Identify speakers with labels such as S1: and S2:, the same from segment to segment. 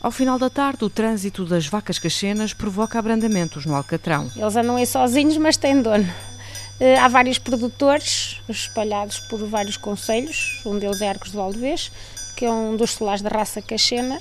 S1: Ao final da tarde, o trânsito das vacas cachenas provoca abrandamentos no Alcatrão.
S2: Eles andam aí sozinhos, mas têm dono. Eh, Há vários produtores espalhados por vários conselhos, um deles é Arcos do Valdevez, que é um dos solares da raça cachena,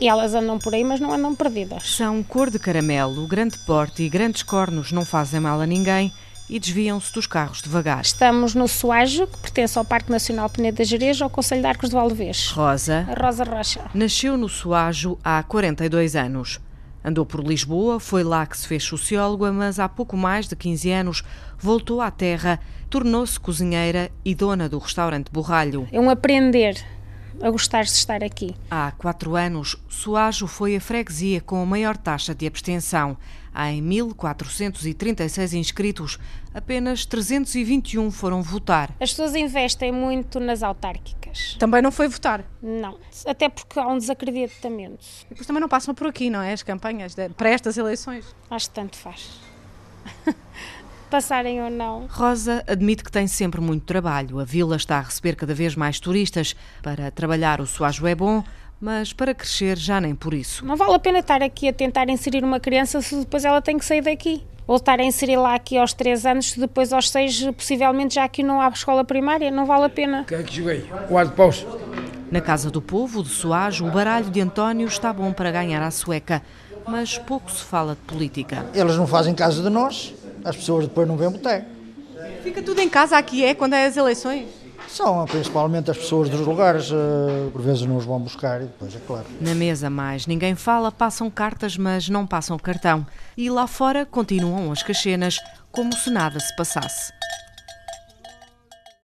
S2: e elas andam por aí, mas não andam perdidas.
S1: São cor de caramelo, grande porte e grandes cornos não fazem mal a ninguém e desviam-se dos carros devagar.
S2: Estamos no Soajo, que pertence ao Parque Nacional Peneda Jerez, ao Conselho de Arcos do Valdevez.
S1: Rosa
S2: A Rosa Rocha.
S1: nasceu no Soajo há 42 anos. Andou por Lisboa, foi lá que se fez socióloga, mas há pouco mais de 15 anos voltou à terra, tornou-se cozinheira e dona do restaurante Borralho.
S2: É um aprender a gostar de estar aqui.
S1: Há quatro anos, Soajo foi a freguesia com a maior taxa de abstenção. Há Em 1.436 inscritos, apenas 321 foram votar.
S2: As pessoas investem muito nas autárquicas.
S3: Também não foi votar.
S2: Não. Até porque há um desacreditamento.
S3: E depois também não passam por aqui, não é? As campanhas de- para estas eleições.
S2: Acho que tanto faz. Passarem ou não.
S1: Rosa admite que tem sempre muito trabalho. A vila está a receber cada vez mais turistas. Para trabalhar, o Soajo é bom, mas para crescer, já nem por isso.
S2: Não vale a pena estar aqui a tentar inserir uma criança se depois ela tem que sair daqui. Ou estar a inserir lá aqui aos 3 anos, se depois aos 6, possivelmente já aqui não há escola primária. Não vale a pena.
S4: Quem é que joguei? Quatro paus.
S1: Na Casa do Povo, de Soajo, o baralho de António está bom para ganhar à sueca, mas pouco se fala de política.
S5: Eles não fazem caso de nós, as pessoas depois não vêm votar.
S3: Fica tudo em casa aqui, é? Quando é as eleições?
S5: São principalmente as pessoas dos lugares, eh, por vezes não os vão buscar e depois, é claro.
S1: Na mesa, mais ninguém fala, passam cartas, mas não passam cartão. E lá fora continuam as cachenas, como se nada se passasse.